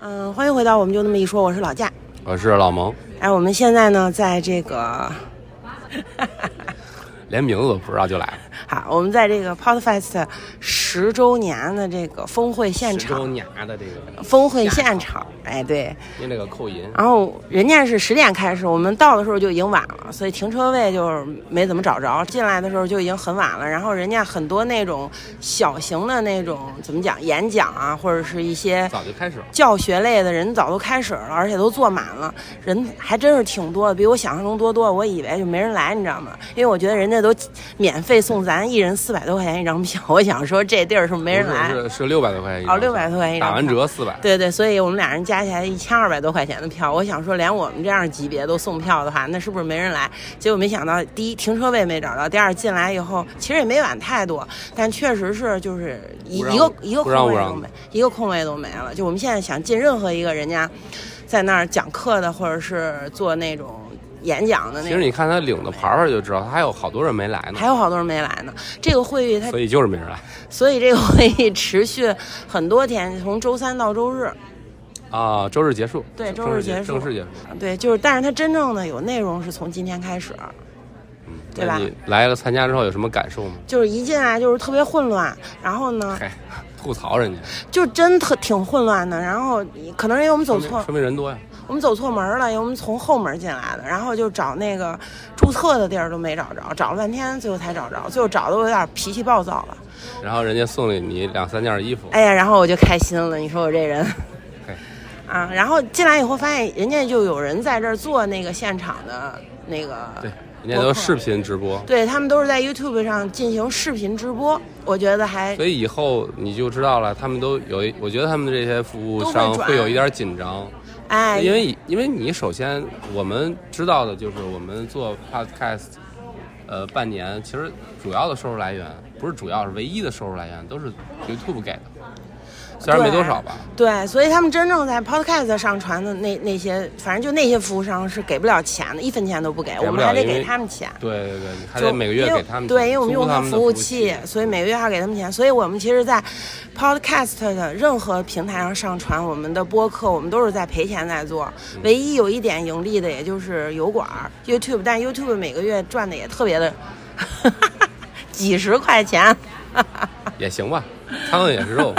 嗯，欢迎回到《我们就那么一说》，我是老贾。我是老蒙，哎，我们现在呢，在这个连名字都不知道就来了。好，我们在这个 Podfest 十周年的这个峰会现十周场，年的这个，峰会现场，哎，对。因为这个扣银，然后人家是十点开始，我们到的时候就已经晚了，所以停车位就是没怎么找着。进来的时候就已经很晚了。然后人家很多那种小型的那种怎么讲演讲啊，或者是一些早就开始了。教学类的人早都开始了，而且都坐满了，人还真是挺多的，比我想象中多多了。我以为就没人来，你知道吗？因为我觉得人家都免费送咱一人四百多块钱一张票，我想说这地儿是不是没人来。不是是是六百多块钱一张哦600多块钱一张打完折四百。对对，所以我们俩人加起来一千二百多块钱的票，我想说，连我们这样级别都送票的话，那是不是没人来？结果没想到，第一停车位没找着，第二进来以后，其实也没晚太多，但确实是就是一不让一个一个不让空位不都让没，一个空位都没了。就我们现在想进任何一个人家在那儿讲课的，或者是做那种演讲的其那实种，你看他领的牌牌就知道，他还有好多人没来呢还，有好多人没来呢。这个会议它所以就是没人来所以这个会议持续很多天，从周三到周日。啊。周日结束，对正周日正结结束正式结束，对，就是，但是它真正的有内容是从今天开始，嗯对那吧你来了参加之后有什么感受吗？就是一进来就是特别混乱，然后呢，嗨，吐槽人家，就真特挺混乱的，然后可能是因为我们走说明错，说明人多呀。我们走错门了，因为我们从后门进来的，然后就找那个注册的地儿都没找着，找了半天，最后才找着，最后找的我有点脾气暴躁了，然后人家送了你两三件衣服，哎呀，然后我就开心了，你说我这人嘿。啊，然后进来以后发现人家就有人在这儿做那个现场的那个对，人家都视频直播，对他们都是在 YouTube 上进行视频直播，我觉得还所以以后你就知道了，他们都有一，我觉得他们这些服务都商会转会有一点紧张，哎，因为因为你首先我们知道的就是我们做 podcast，呃，半年其实主要的收入来源不是主要是唯一的收入来源都是 YouTube 给的，虽然没多少吧，对，所以他们真正在 Podcast 上传的那那些，反正就那些服务商是给不了钱的，一分钱都不给，啊不我们还了得因为给他们钱。对对对，你还就得每个月因为给他们对，因为我们租用他们的服服务器器，，所以每个月还要给他们钱。所以我们其实，在 Podcast 的任何平台上上传我们的播客，我们都是在赔钱在做。嗯唯一有一点盈利的，也就是油管儿 YouTube，但 YouTube 每个月赚的也特别的， 几十块钱。也行吧，苍蝇也是肉，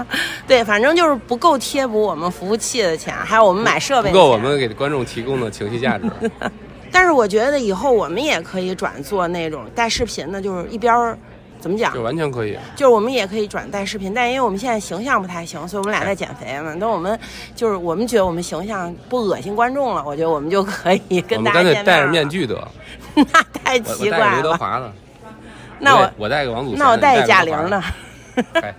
对，反正就是不够贴补我们服务器的钱，还有我们买设备不的够我钱们给观众提供的情绪价值， 但是我觉得以后我们也可以转做那种带视频的，就是一边儿怎么讲就，完全可以。就是我们也可以转带视频，但因为我们现在形象不太行，所以我们俩哎在减肥嘛。等我们就是我们觉得我们形象不恶心观众了，我觉得我们就可以我跟们大家干见脆面戴着了面，具得了， 那太我奇我戴怪着刘德了。华的， 那我我戴我戴个王祖贤的，那我带戴一贾玲 的，的，嗯嗨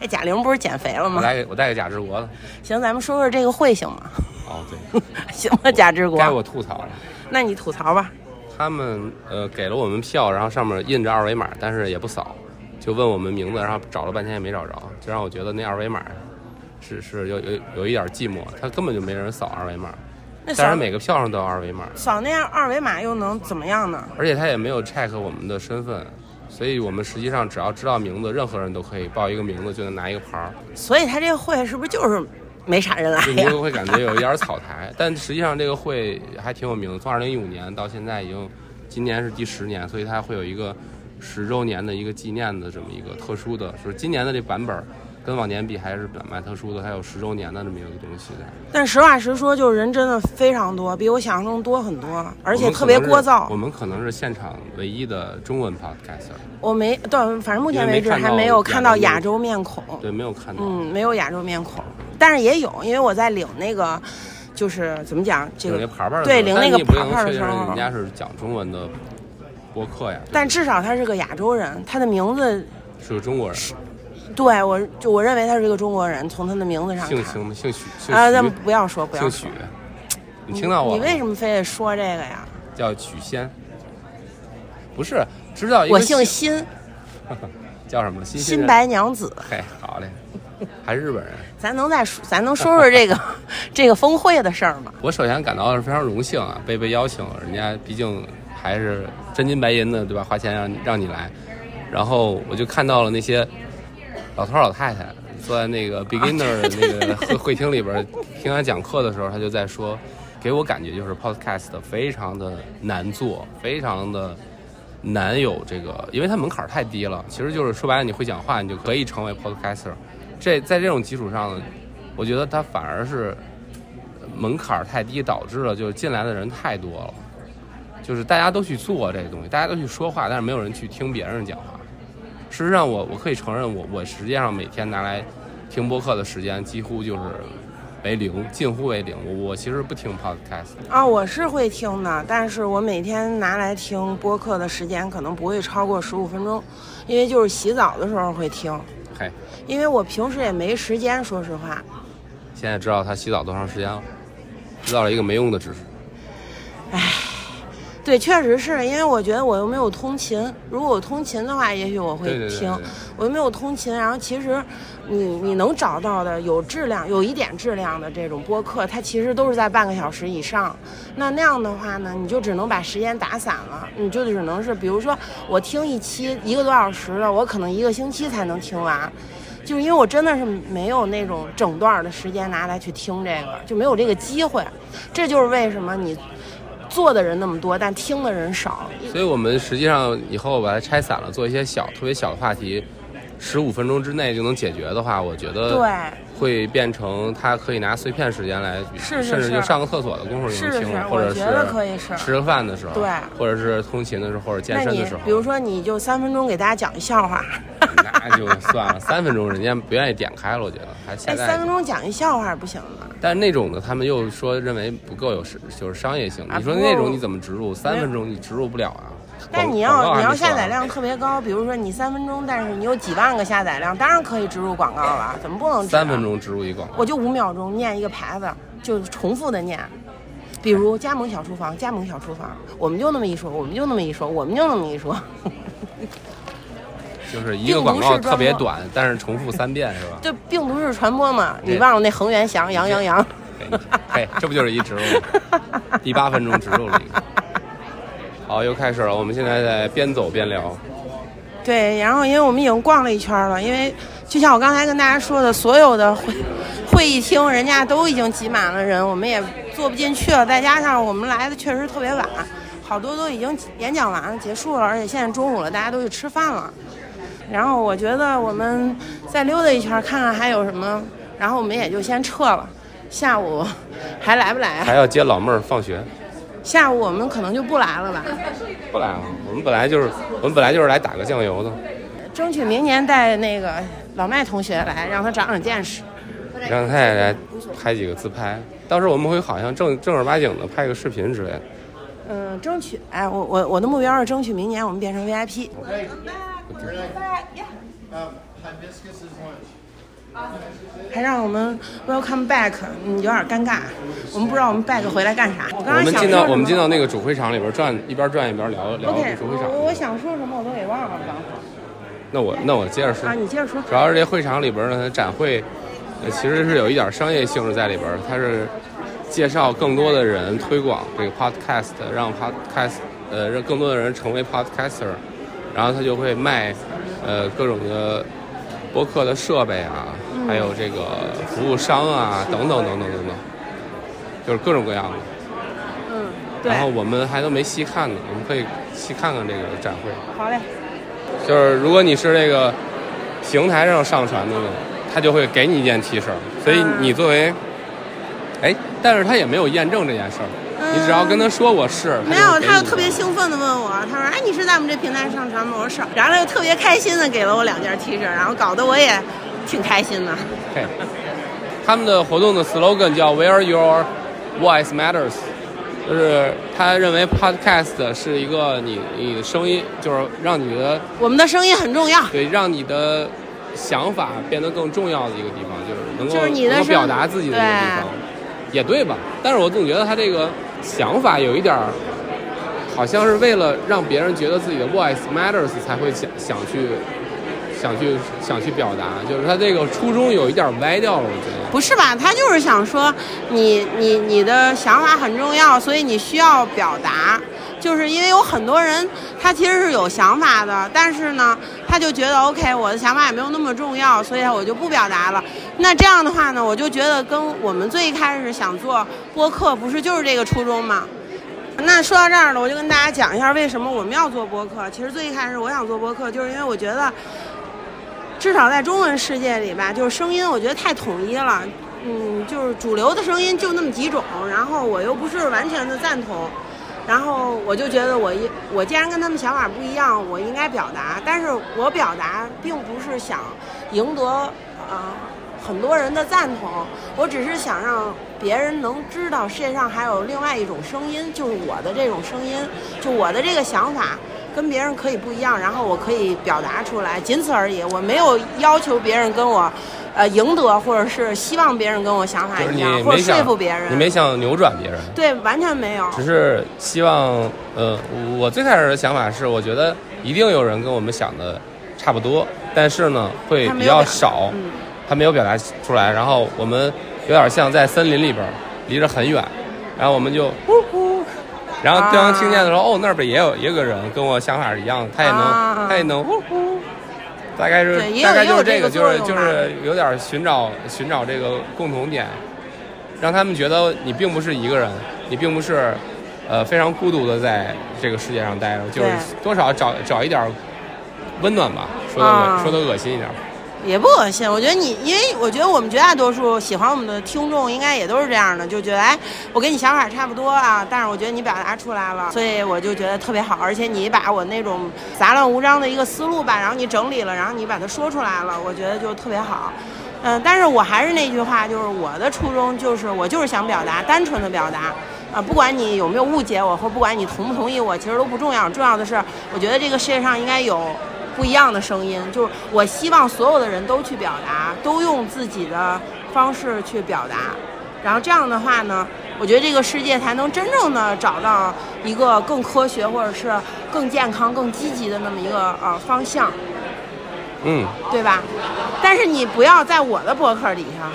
哎，贾玲不是减肥了我吗？戴个我戴个贾志 国的，行，咱们说说这个会行吗？ 哦对，行吗，贾志国该？我吐槽了。那你吐槽吧。他们呃给了我们票，然后上面印着二维码，但是也不扫，就问我们名字，然后找了半天也没找着，就让我觉得那二维码是是有有有一点寂寞，他根本就没人扫二维码，那当扫然每个票上都有二维码，扫那样二维码又能怎么样呢？而且他也没有 check 我们的身份，所以我们实际上只要知道名字，任何人都可以报一个名字就能拿一个牌儿，所以他这个会是不是就是没啥人来就你呀？就会感觉有一点草台，但实际上这个会还挺有名的，从二零一五年到现在已经，今年是第十年，所以它会有一个十周年的一个纪念的这么一个特殊的，就是今年的这版本跟往年比还是蛮蛮特殊的，它有十周年的这么一个东西在， 但实话实说，就是人真的非常多，比我想象中多很多，而我且们特别可能是聒噪我。们可能是现场唯一的中文 podcaster，我没对，反正目前为止因为没看到还没有看到亚亚洲面孔。对，没有看到，嗯，没有亚洲面孔，但是也有，因为我在领那个，就是怎么讲这领个，那牌牌的时候，对领那个但你也不牌牌的能确定时候人家是讲中文的播客呀，但至少他是个亚洲人，他的名字，是个中国人，对我就我认为他是一个中国人，从他的名字上姓看。邢吗？姓许，姓啊，咱徐们不要说，不要说姓许，，你听到我你了为吗什么非得说这个呀？叫许仙？不是，知道一个我姓喜辛，叫什么？新辛。白娘子。嘿，好嘞，还是日本人。咱能再说，咱能说说这个 这个峰会的事儿吗？我首先感到是非常荣幸啊，被被邀请，人家毕竟还是真金白银的，对吧？啊花钱让你让你来，然后我就看到了那些老头儿老太太，坐在那个 beginner 的那个会 会厅里边儿听他讲课的时候，他就在说，给我感觉就是 podcast 非常的难做，非常的难有这个，因为它门槛儿太低了。其实就是说白了，你会讲话，你就可以成为 podcaster。这在这种基础上呢，我觉得它反而是门槛儿太低，导致了就是进来的人太多了，就是大家都去做这个东西，大家都去说话，但是没有人去听别人讲话。事实上我，我可以承认我，我实际上每天拿来听播客的时间几乎就是为零，近乎为零。我我其实不听 podcast，啊，我是会听的，但是我每天拿来听播客的时间可能不会超过十五分钟，因为就是洗澡的时候会听，嘿，因为我平时也没时间，说实话。现在知道他洗澡多长时间了，知道了一个没用的知识。对，确实是因为我觉得我又没有通勤，如果我通勤的话，也许我会对对对听。对对我又没有通勤，然后其实你你能找到的有质量、有一点质量的这种播客，它其实都是在半个小时以上。那那样的话呢，你就只能把时间打散了，你就只能是比如说我听一期一个多小时的，我可能一个星期才能听完。就是因为我真的是没有那种整段儿的时间拿来去听这个，就没有这个机会，这就是为什么你做的人那么多，但听的人少。所以我们实际上以后把它拆散了，做一些小特别小的话题，十五分钟之内就能解决的话，我觉得对，会变成他可以拿碎片时间来，是是甚至是就上个厕所的功夫就能是是听了，，或我者觉得可是以是。吃个饭的时候，对或者是通勤的时候，或者健那身你的时候，比如说，你就三分钟给大家讲一笑话，那就算了， 三分钟人家不愿意点开了，我觉得还哎，现在。三分钟讲一笑话不行吗？但那种的，他们又说认为不够有是就是商业性。啊你说不过那种你怎么植入？三分钟你植入不了啊。但广你广告要还你要没说下载啊量特别高，比如说你三分钟，但是你有几万个下载量，当然可以植入广告了，怎么不能？三分，钟植入一广告，我就五秒钟念一个牌子，就重复的念。比如加盟小厨房，加盟小厨房，我们就那么一说，我们就那么一说，我们就那么一说，就是一个并不广是告特别专播短，但是重复三遍是吧？ 这并不是传播嘛？对你忘了那恒源祥杨杨杨，嘿嘿，这不就是一植入吗？第八分钟植入了一个。好，又开始了。我们现在在边走边聊。对，然后因为我们已经逛了一圈了，因为就像我刚才跟大家说的，所有的会会议厅人家都已经挤满了人，我们也坐不进去了。再加上我们来的确实特别晚，好多都已经演讲完了结束了，而且现在中午了，大家都去吃饭了。然后我觉得我们再溜达一圈，看看还有什么，然后我们也就先撤了。下午还来不来？啊 还要接老妹儿放学，下午我们可能就不来了吧，不来了。我们本来就是我们本来就是来打个酱油的，争取明年带那个老麦同学来，让他长长见识。让他也来拍几个自拍。到时候我们会好像正正儿八经的拍个视频之类的。嗯，争取哎，我我我的目标是争取明年我们变成 VIP。还让我们 welcome back，嗯，有点尴尬，我们不知道我们 back 回来干啥。我刚我才们想进说到什么我们进到那个主会场里边转，一边转一边聊聊 OK，主会场。我我想说什么我都给忘了，刚才那我那我接着说啊，。你接着说。主要是这会场里边呢，它展会呃其实是有一点商业性质在里边儿，它是介绍更多的人推广这个 podcast，让 podcast 呃让更多的人成为 podcaster，然后它就会卖呃各种的播客的设备啊，还有这个服务商啊等等等等等等，就是各种各样的。嗯，对然，后我们还都没细看呢，我们可以细看看这个展会。好嘞，就是如果你是这个平台上上传的呢，他就会给你一件 T 恤，所嗯以你作为，哎，但是他也没有验证这件事儿，你只要跟他说我是，嗯没有，他他就就会特给别你兴奋的问我，他说：“哎，你是在我们这平台上传吗？”我说：“是。”然后他就特别开心的给了我两件 T 恤，然后搞得我也挺开心的。嘿他们的活动的 slogan 叫 Where Your Voice Matters，就是他认为 podcast 是一个你你的声音，就是让你的我们的声音很重要。对让你的想法变得更重要的一个地方，就是能够就是你的能够生表达自己的一个地方，也对吧？但是我总觉得他这个想法有一点儿，好像是为了让别人觉得自己的 voice matters 才会想想去想去想去表达，就是他这个初衷有一点儿歪掉了，我觉得。不是吧？他就是想说你，你你的想法很重要，所以你需要表达。就是因为有很多人他其实是有想法的，但是呢，他就觉得 OK，我的想法也没有那么重要，所以我就不表达了。那这样的话呢，我就觉得跟我们最一开始想做播客，不是就是这个初衷吗？那说到这儿呢，我就跟大家讲一下为什么我们要做播客。其实最一开始我想做播客，就是因为我觉得，至少在中文世界里吧，就是声音我觉得太统一了。嗯，就是主流的声音就那么几种，然后我又不是完全的赞同，然后我就觉得我一我既然跟他们想法不一样，我应该表达，但是我表达并不是想赢得呃很多人的赞同，我只是想让别人能知道世界上还有另外一种声音，就是我的这种声音，就我的这个想法跟别人可以不一样，然后我可以表达出来，仅此而已。我没有要求别人跟我呃赢得，或者是希望别人跟我想法就是一你样，哎或没者说想服别人。你没想扭转别人，对，完全没有。只是希望呃，我最开始的想法是，我觉得一定有人跟我们想的差不多，但是呢会他没比有较表少，嗯，他没有表达出来，然后我们有点像在森林里边儿，离着很远，然后我们就呼呼，然后对啊方听见的时候，哦，那边也有也有个人跟我想法一样，他也能、啊他也能呼呼，大概是对也有大概就是也有这个，个就作是用吧就是有点寻找寻找这个共同点，让他们觉得你并不是一个人，你并不是呃非常孤独的在这个世界上待着，就是多少找找一点温暖吧，说的、啊说的恶心一点。也不恶心。我觉得你，因为我觉得我们绝大多数喜欢我们的听众，应该也都是这样的，就觉得哎，我跟你想法差不多啊，但是我觉得你表达出来了，所以我就觉得特别好。而且你把我那种杂乱无章的一个思路吧，然后你整理了，然后你把它说出来了，我觉得就特别好。嗯，但是我还是那句话，就是我的初衷就是我就是想表达，单纯的表达。啊，不管你有没有误解我，或不管你同不同意我，其实都不重要。重要的是，我觉得这个世界上应该有不一样的声音，就是我希望所有的人都去表达，都用自己的方式去表达。然后这样的话呢，我觉得这个世界才能真正的找到一个更科学或者是更健康、更积极的那么一个呃方向，嗯，对吧？但是你不要在我的博客底下，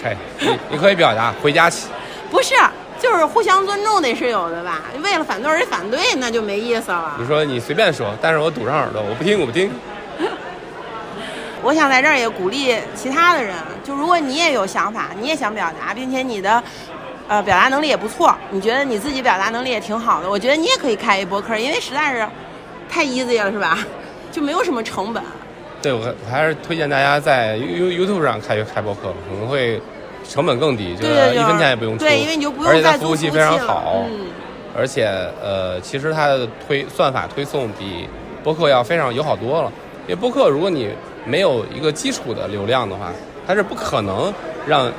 可以，你你可以表达，回家去。不是，就是互相尊重得是有的吧？为了反对而反对，那就没意思了你。说你随便说，但是我堵上耳朵，我不听，我不听。我想在这儿也鼓励其他的人，就如果你也有想法，你也想表达，并且你的。呃，表达能力也不错，你觉得你自己表达能力也挺好的，我觉得你也可以开一博客，因为实在是太 easy 了，是吧？ 就没有什么成本。对我还我还是推荐大家在 You You YouTube 上开开播课，可能会成本更低，就对对是对，一分钱也不用出，对，因为你就不而用且它再服租务器非常了好，嗯，而且呃，其实它的推算法推送比播客要非常友好多了。因为播客如果你没有一个基础的流量的话，它是不可能让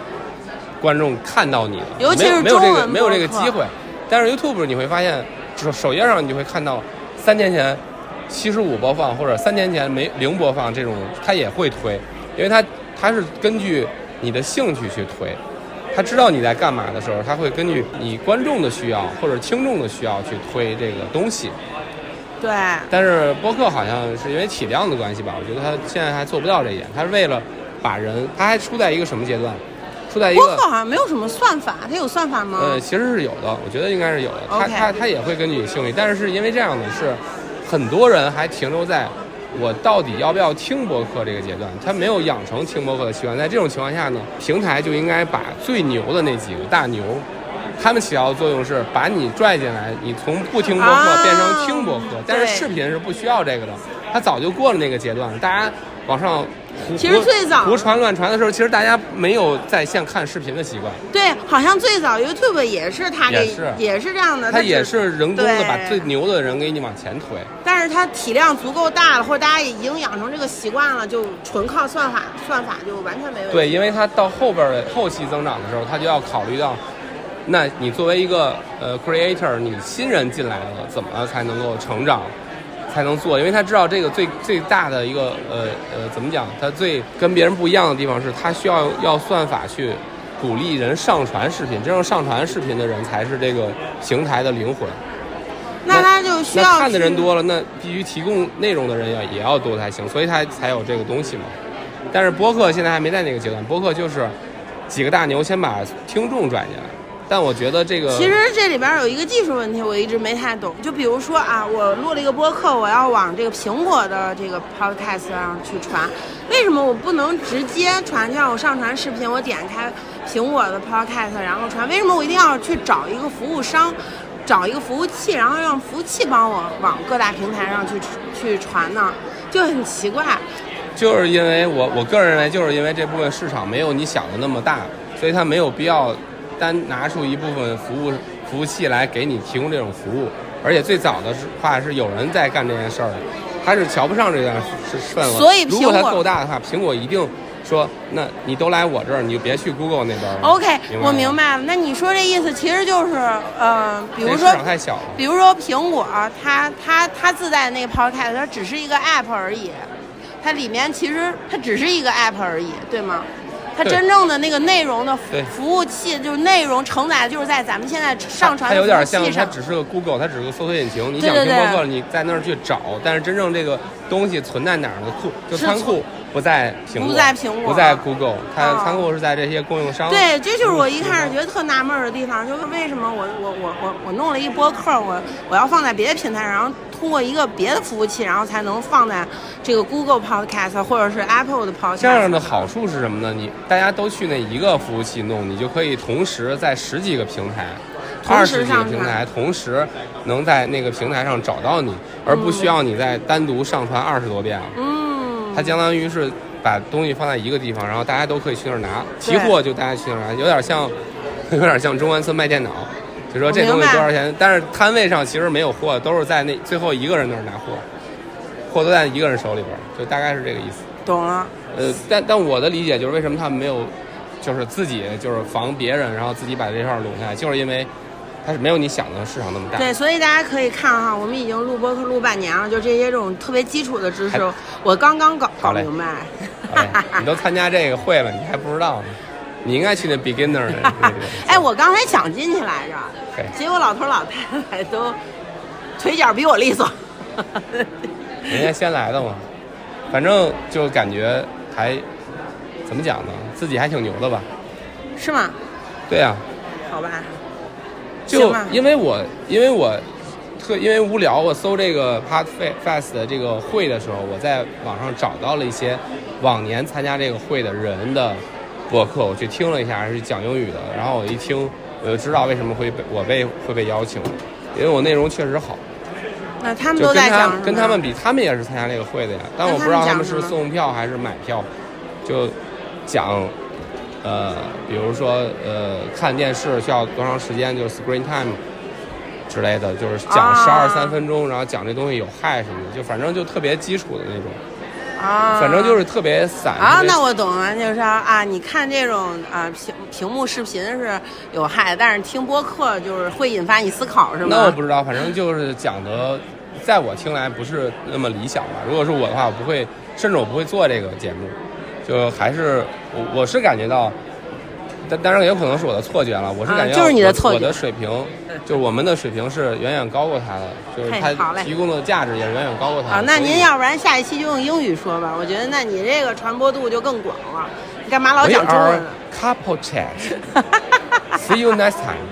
观众看到你的，尤其是没有没有这中个文没有这个播客机会。但是 YouTube 你会发现，首首页上你就会看到三年前七十五播放或者三年前没零播放这种，它也会推，因为它它是根据你的兴趣去推。他知道你在干嘛的时候，他会根据你观众的需要或者听众的需要去推这个东西。对，但是播客好像是因为体量的关系吧，我觉得他现在还做不到这一点。他是为了把人，他还处在一个什么阶段？处在一播客个好像没有什么算法，它有算法吗？呃，其实是有的，我觉得应该是有的。他 OK 他他也会根据你兴趣，但是是因为这样的是，很多人还停留在我到底要不要听播客这个阶段，他没有养成听播客的习惯。在这种情况下呢，平台就应该把最牛的那几个大牛，他们起到的作用是把你拽进来，你从不听播客啊变成听播客。但是对视频是不需要这个的，他早就过了那个阶段了，大家往上胡。其实最早胡传乱传的时候，其实大家没有在线看视频的习惯。对，好像最早 YouTube 也是它给也是也是这样的，它只也是人工的对把最牛的人给你往前推，但是它体量足够大了，或者大家已经养成这个习惯了，就纯靠算法，算法就完全没问题。对，因为它到后边的后期增长的时候，它就要考虑到，那你作为一个呃 creator，你新人进来了，怎么才能够成长，才能做？因为他知道这个最最大的一个呃呃怎么讲，他最跟别人不一样的地方是，他需要要算法去鼓励人上传视频，真正上传视频的人才是这个平台的灵魂。那它就需那要看的人去多了，那必须提供内容的人要也要多才行，所以他才有这个东西嘛。但是播客现在还没在那个阶段，播客就是几个大牛先把听众拽进来，但我觉得这个其实这里边有一个技术问题，我一直没太懂。就比如说啊，我录了一个播客，我要往这个苹果的这个 Podcast 上去传，为什么我不能直接传？就像我上传视频，我点开苹果的 Podcast 然后传，为什么我一定要去找一个服务商，找一个服务器，然后让服务器帮我往各大平台上去去传呢？就很奇怪。就是因为我我个人认为，就是因为这部分市场没有你想的那么大，所以它没有必要单拿出一部分服务服务器来给你提供这种服务。而且最早的是话是有人在干这件事儿的，他是瞧不上这件事份额。所以如果苹它果够大的话，苹果一定说，那你都来我这儿，你就别去 Google 那边了。 OK，哦白我吗明。白了。那你说这意思其实就是，呃，比那如市说场太小了，比如说苹果，它它它自带的那个 Podcast，它只是一个 App 而已，它里面其实它只是一个 App 而已，对吗？它对真正的那个内容的对服务器，就是内容承载的就是在咱们现在上传它的有点服务像器它上。只是个 Google，它只是个搜索引擎。你对想对听对播客，你在那儿去找，但是真正这个东西存在哪儿的库，就是仓库不在苹果，不在苹果不在 Google，它哦仓库是在这些供应商。对，这就是我一开始觉得特纳闷儿的地方，就是为什么我我我我我弄了一播客，我我要放在别的平台，然后通过一个别的服务器，然后才能放在这个 Google Podcast 或者是 Apple 的 Podcast。这样的好处是什么呢？你大家都去那一个服务器弄，你就可以同时在十几个平台、同二时十几上个传平台，同时能在那个平台上找到你，而不需要你再单独上传二十多遍了。嗯，它相当于是把东西放在一个地方，然后大家都可以去那儿拿，对提货就大家去那儿嗯拿，有点像， 有点像中关村卖电脑。就说这哦我明东白西多少钱，但是摊位上其实没有货，都是在那最后一个人那儿拿货，货都在一个人手里边儿，就大概是这个意思。懂了。呃，但但我的理解就是，为什么他们没有，就是自己就是防别人，然后自己把这事儿拢下来，就是因为它是没有你想的市场那么大。对，所以大家可以看哈，我们已经录播客录半年了，就这些这种特别基础的知识还，我刚刚搞搞好嘞明白。。好嘞哎你都参加这个会了，你还不知道呢？你应该去那 beginner 的那个 哎，我刚才想进去来着，嘿结果老头老太太都腿脚比我利索。 人家先来的嘛，反正就感觉还怎么讲呢，自己还挺牛的吧？是吗？对啊，好吧，行就吧因为我因为我特因为无聊，我搜这个 Part Fest 的这个会的时候，我在网上找到了一些往年参加这个会的人的博客，我去听了一下，是讲英语的。然后我一听，我就知道为什么会被我被会被邀请，因为我内容确实好。那他们就都跟在他讲什么？跟他们比，他们也是参加这个会的呀，但那我他不知道们他讲们什是么送票还是买票，就讲，呃，比如说呃，看电视需要多长时间，就是 screen time 之类的，就是讲十啊二三分钟，然后讲这东西有害什么的，就反正就特别基础的那种，啊，反正就是特别散。啊特，别那我懂了，就是说啊，你看这种啊屏屏幕视频是有害，但是听播客就是会引发你思考，是吗？那我不知道，反正就是讲的，在我听来不是那么理想吧。如果是我的话，我不会，甚至我不会做这个节目，就还是我我是感觉到，但当然也有可能是我的错觉了，我是啊感觉到就是你的我错觉我的水平，就是我们的水平是远远高过他的，就是嘿好他嘞提供的价值也远远高过他的。啊，那所以您要不然下一期就用英语说吧，我觉得那你这个传播度就更广了，你干嘛老 We 讲中 are 文呢？啊 couple chat. See you next time.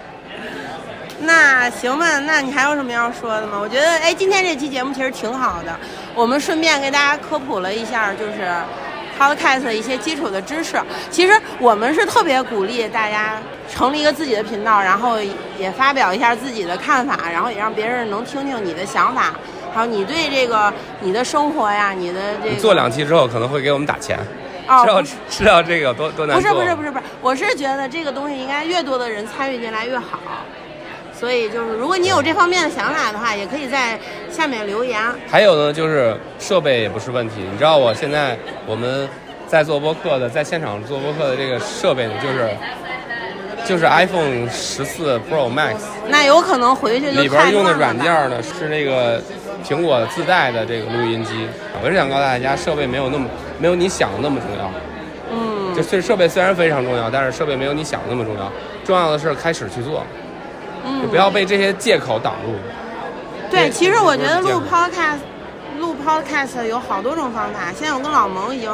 那行吧，那你还有什么要说的吗？我觉得，哎，今天这期节目其实挺好的，我们顺便给大家科普了一下，就是 podcast 的一些基础的知识。其实我们是特别鼓励大家成立一个自己的频道，然后也发表一下自己的看法，然后也让别人能听听你的想法，还有你对这个你的生活呀，你的这个你做两期之后可能会给我们打钱，哦知道不是知道这个有多多难不是做不是吗不是不是，我是觉得这个东西应该越多的人参与进来越好。所以就是，如果你有这方面的想法的话，也可以在下面留言。还有呢，就是设备也不是问题。你知道我现在我们在做播客的，在现场做播客的这个设备呢，就是就是 iPhone 十四 Pro Max 那有可能回去就里看乱边用的了软吧件呢是那个苹果自带的这个录音机。我是想告诉大家，设备没有那么没有你想的那么重要。嗯，就是设备虽然非常重要，但是设备没有你想的那么重要。重要的是开始去做，嗯就不要被这些借口挡住。对，对其实我觉得就是录这 podcast，录 podcast 有好多种方法。现在我跟老蒙已经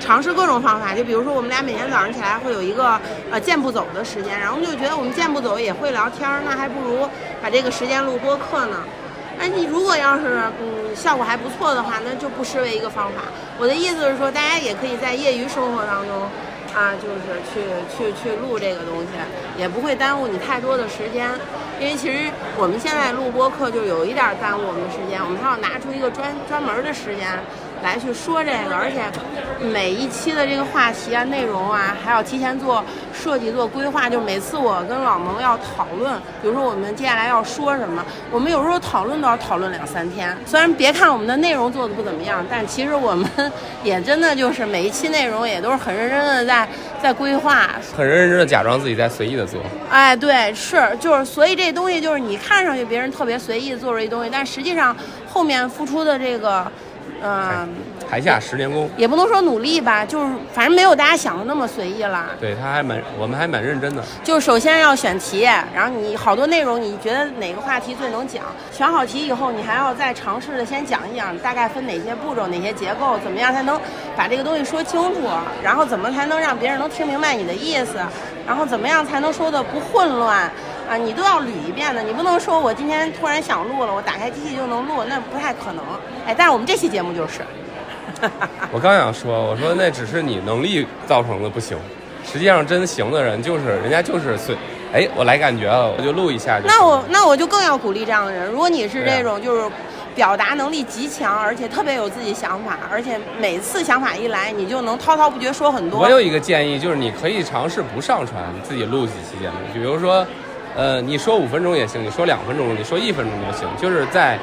尝试各种方法，就比如说我们俩每天早上起来会有一个呃健步走的时间，然后就觉得我们健步走也会聊天儿，那还不如把这个时间录播课呢。那你如果要是嗯效果还不错的话，那就不失为一个方法。我的意思是说，大家也可以在业余生活当中啊，就是去去去录这个东西，也不会耽误你太多的时间。因为其实我们现在录播课就有一点儿耽误我们的时间，我们还要拿出一个专专门儿的时间来去说这个，而且每一期的这个话题啊、内容啊，还要提前做设计、做规划。就每次我跟老蒙要讨论，比如说我们接下来要说什么，我们有时候讨论都要讨论两三天。虽然别看我们的内容做的不怎么样，但其实我们 也真的就是每一期内容也都是很认真的在在规划，很认真的假装自己在随意的做，哎，对，是就是，所以这东西就是你看上去别人特别随意做出一东西，但实际上后面付出的这个，嗯、台下十年功。也不能说努力吧，就是反正没有大家想的那么随意了。对，他还蛮，我们还蛮认真的。就首先要选题，然后你好多内容，你觉得哪个话题最能讲？选好题以后，你还要再尝试着先讲一讲，大概分哪些步骤、哪些结构，怎么样才能把这个东西说清楚，然后怎么才能让别人能听明白你的意思，然后怎么样才能说的不混乱。啊，你都要捋一遍的，你不能说我今天突然想录了，我打开机器就能录，那不太可能。哎，但是我们这期节目就是，我刚想说，我说那只是你能力造成的不行，实际上真行的人就是人家就是随，哎，我来感觉了，我就录一下就行。那我那我就更要鼓励这样的人。如果你是对啊这种就是表达能力极强，而且特别有自己想法，而且每次想法一来，你就能滔滔不绝说很多。我有一个建议，就是你可以尝试不上传，自己录几期节目，比如说，呃，你说五分钟也行，你说两分钟，你说一分钟都行，就是在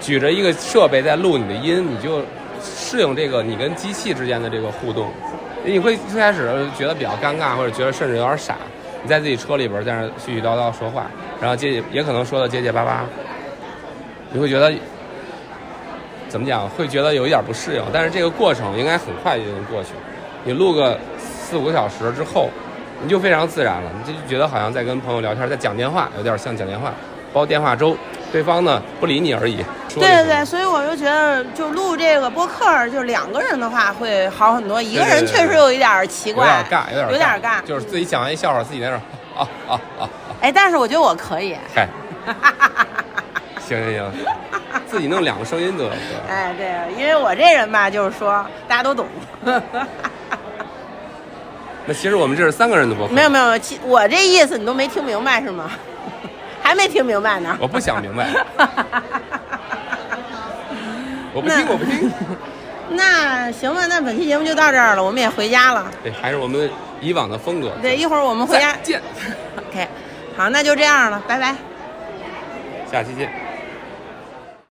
举着一个设备在录你的音，你就适应这个你跟机器之间的这个互动，你会最开始觉得比较尴尬，或者觉得甚至有点傻。你在自己车里边在那絮絮叨叨说话，然后结结也可能说的结结巴巴，你会觉得怎么讲？会觉得有一点不适应，但是这个过程应该很快就能过去。你录个四五个小时之后，你就非常自然了，你就觉得好像在跟朋友聊天，在讲电话，有点像讲电话，煲电话粥，对方呢不理你而已。对说就对行对，所以我就觉得，就录这个播客儿，就两个人的话会好很多，一个人对对对确实有一点儿奇有点怪，尬，有点有点尬，就是自己讲完一笑话，自己在那儿啊啊啊，哎，但是我觉得我可以。嗨、行行行，自己弄两个声音得了。哎，对，因为我这人吧，就是说大家都懂。那其实我们这是三个人的播客，没有没有，没有其我这意思你都没听明白是吗？ 还没听明白呢。 我不想明白，我不那听，我不听。那行吧，那本期节目就到这儿了，我们也回家了。对，还是我们以往的风格。对，一会儿我们回家再。见， OK，好，那就这样了，拜拜。下期见。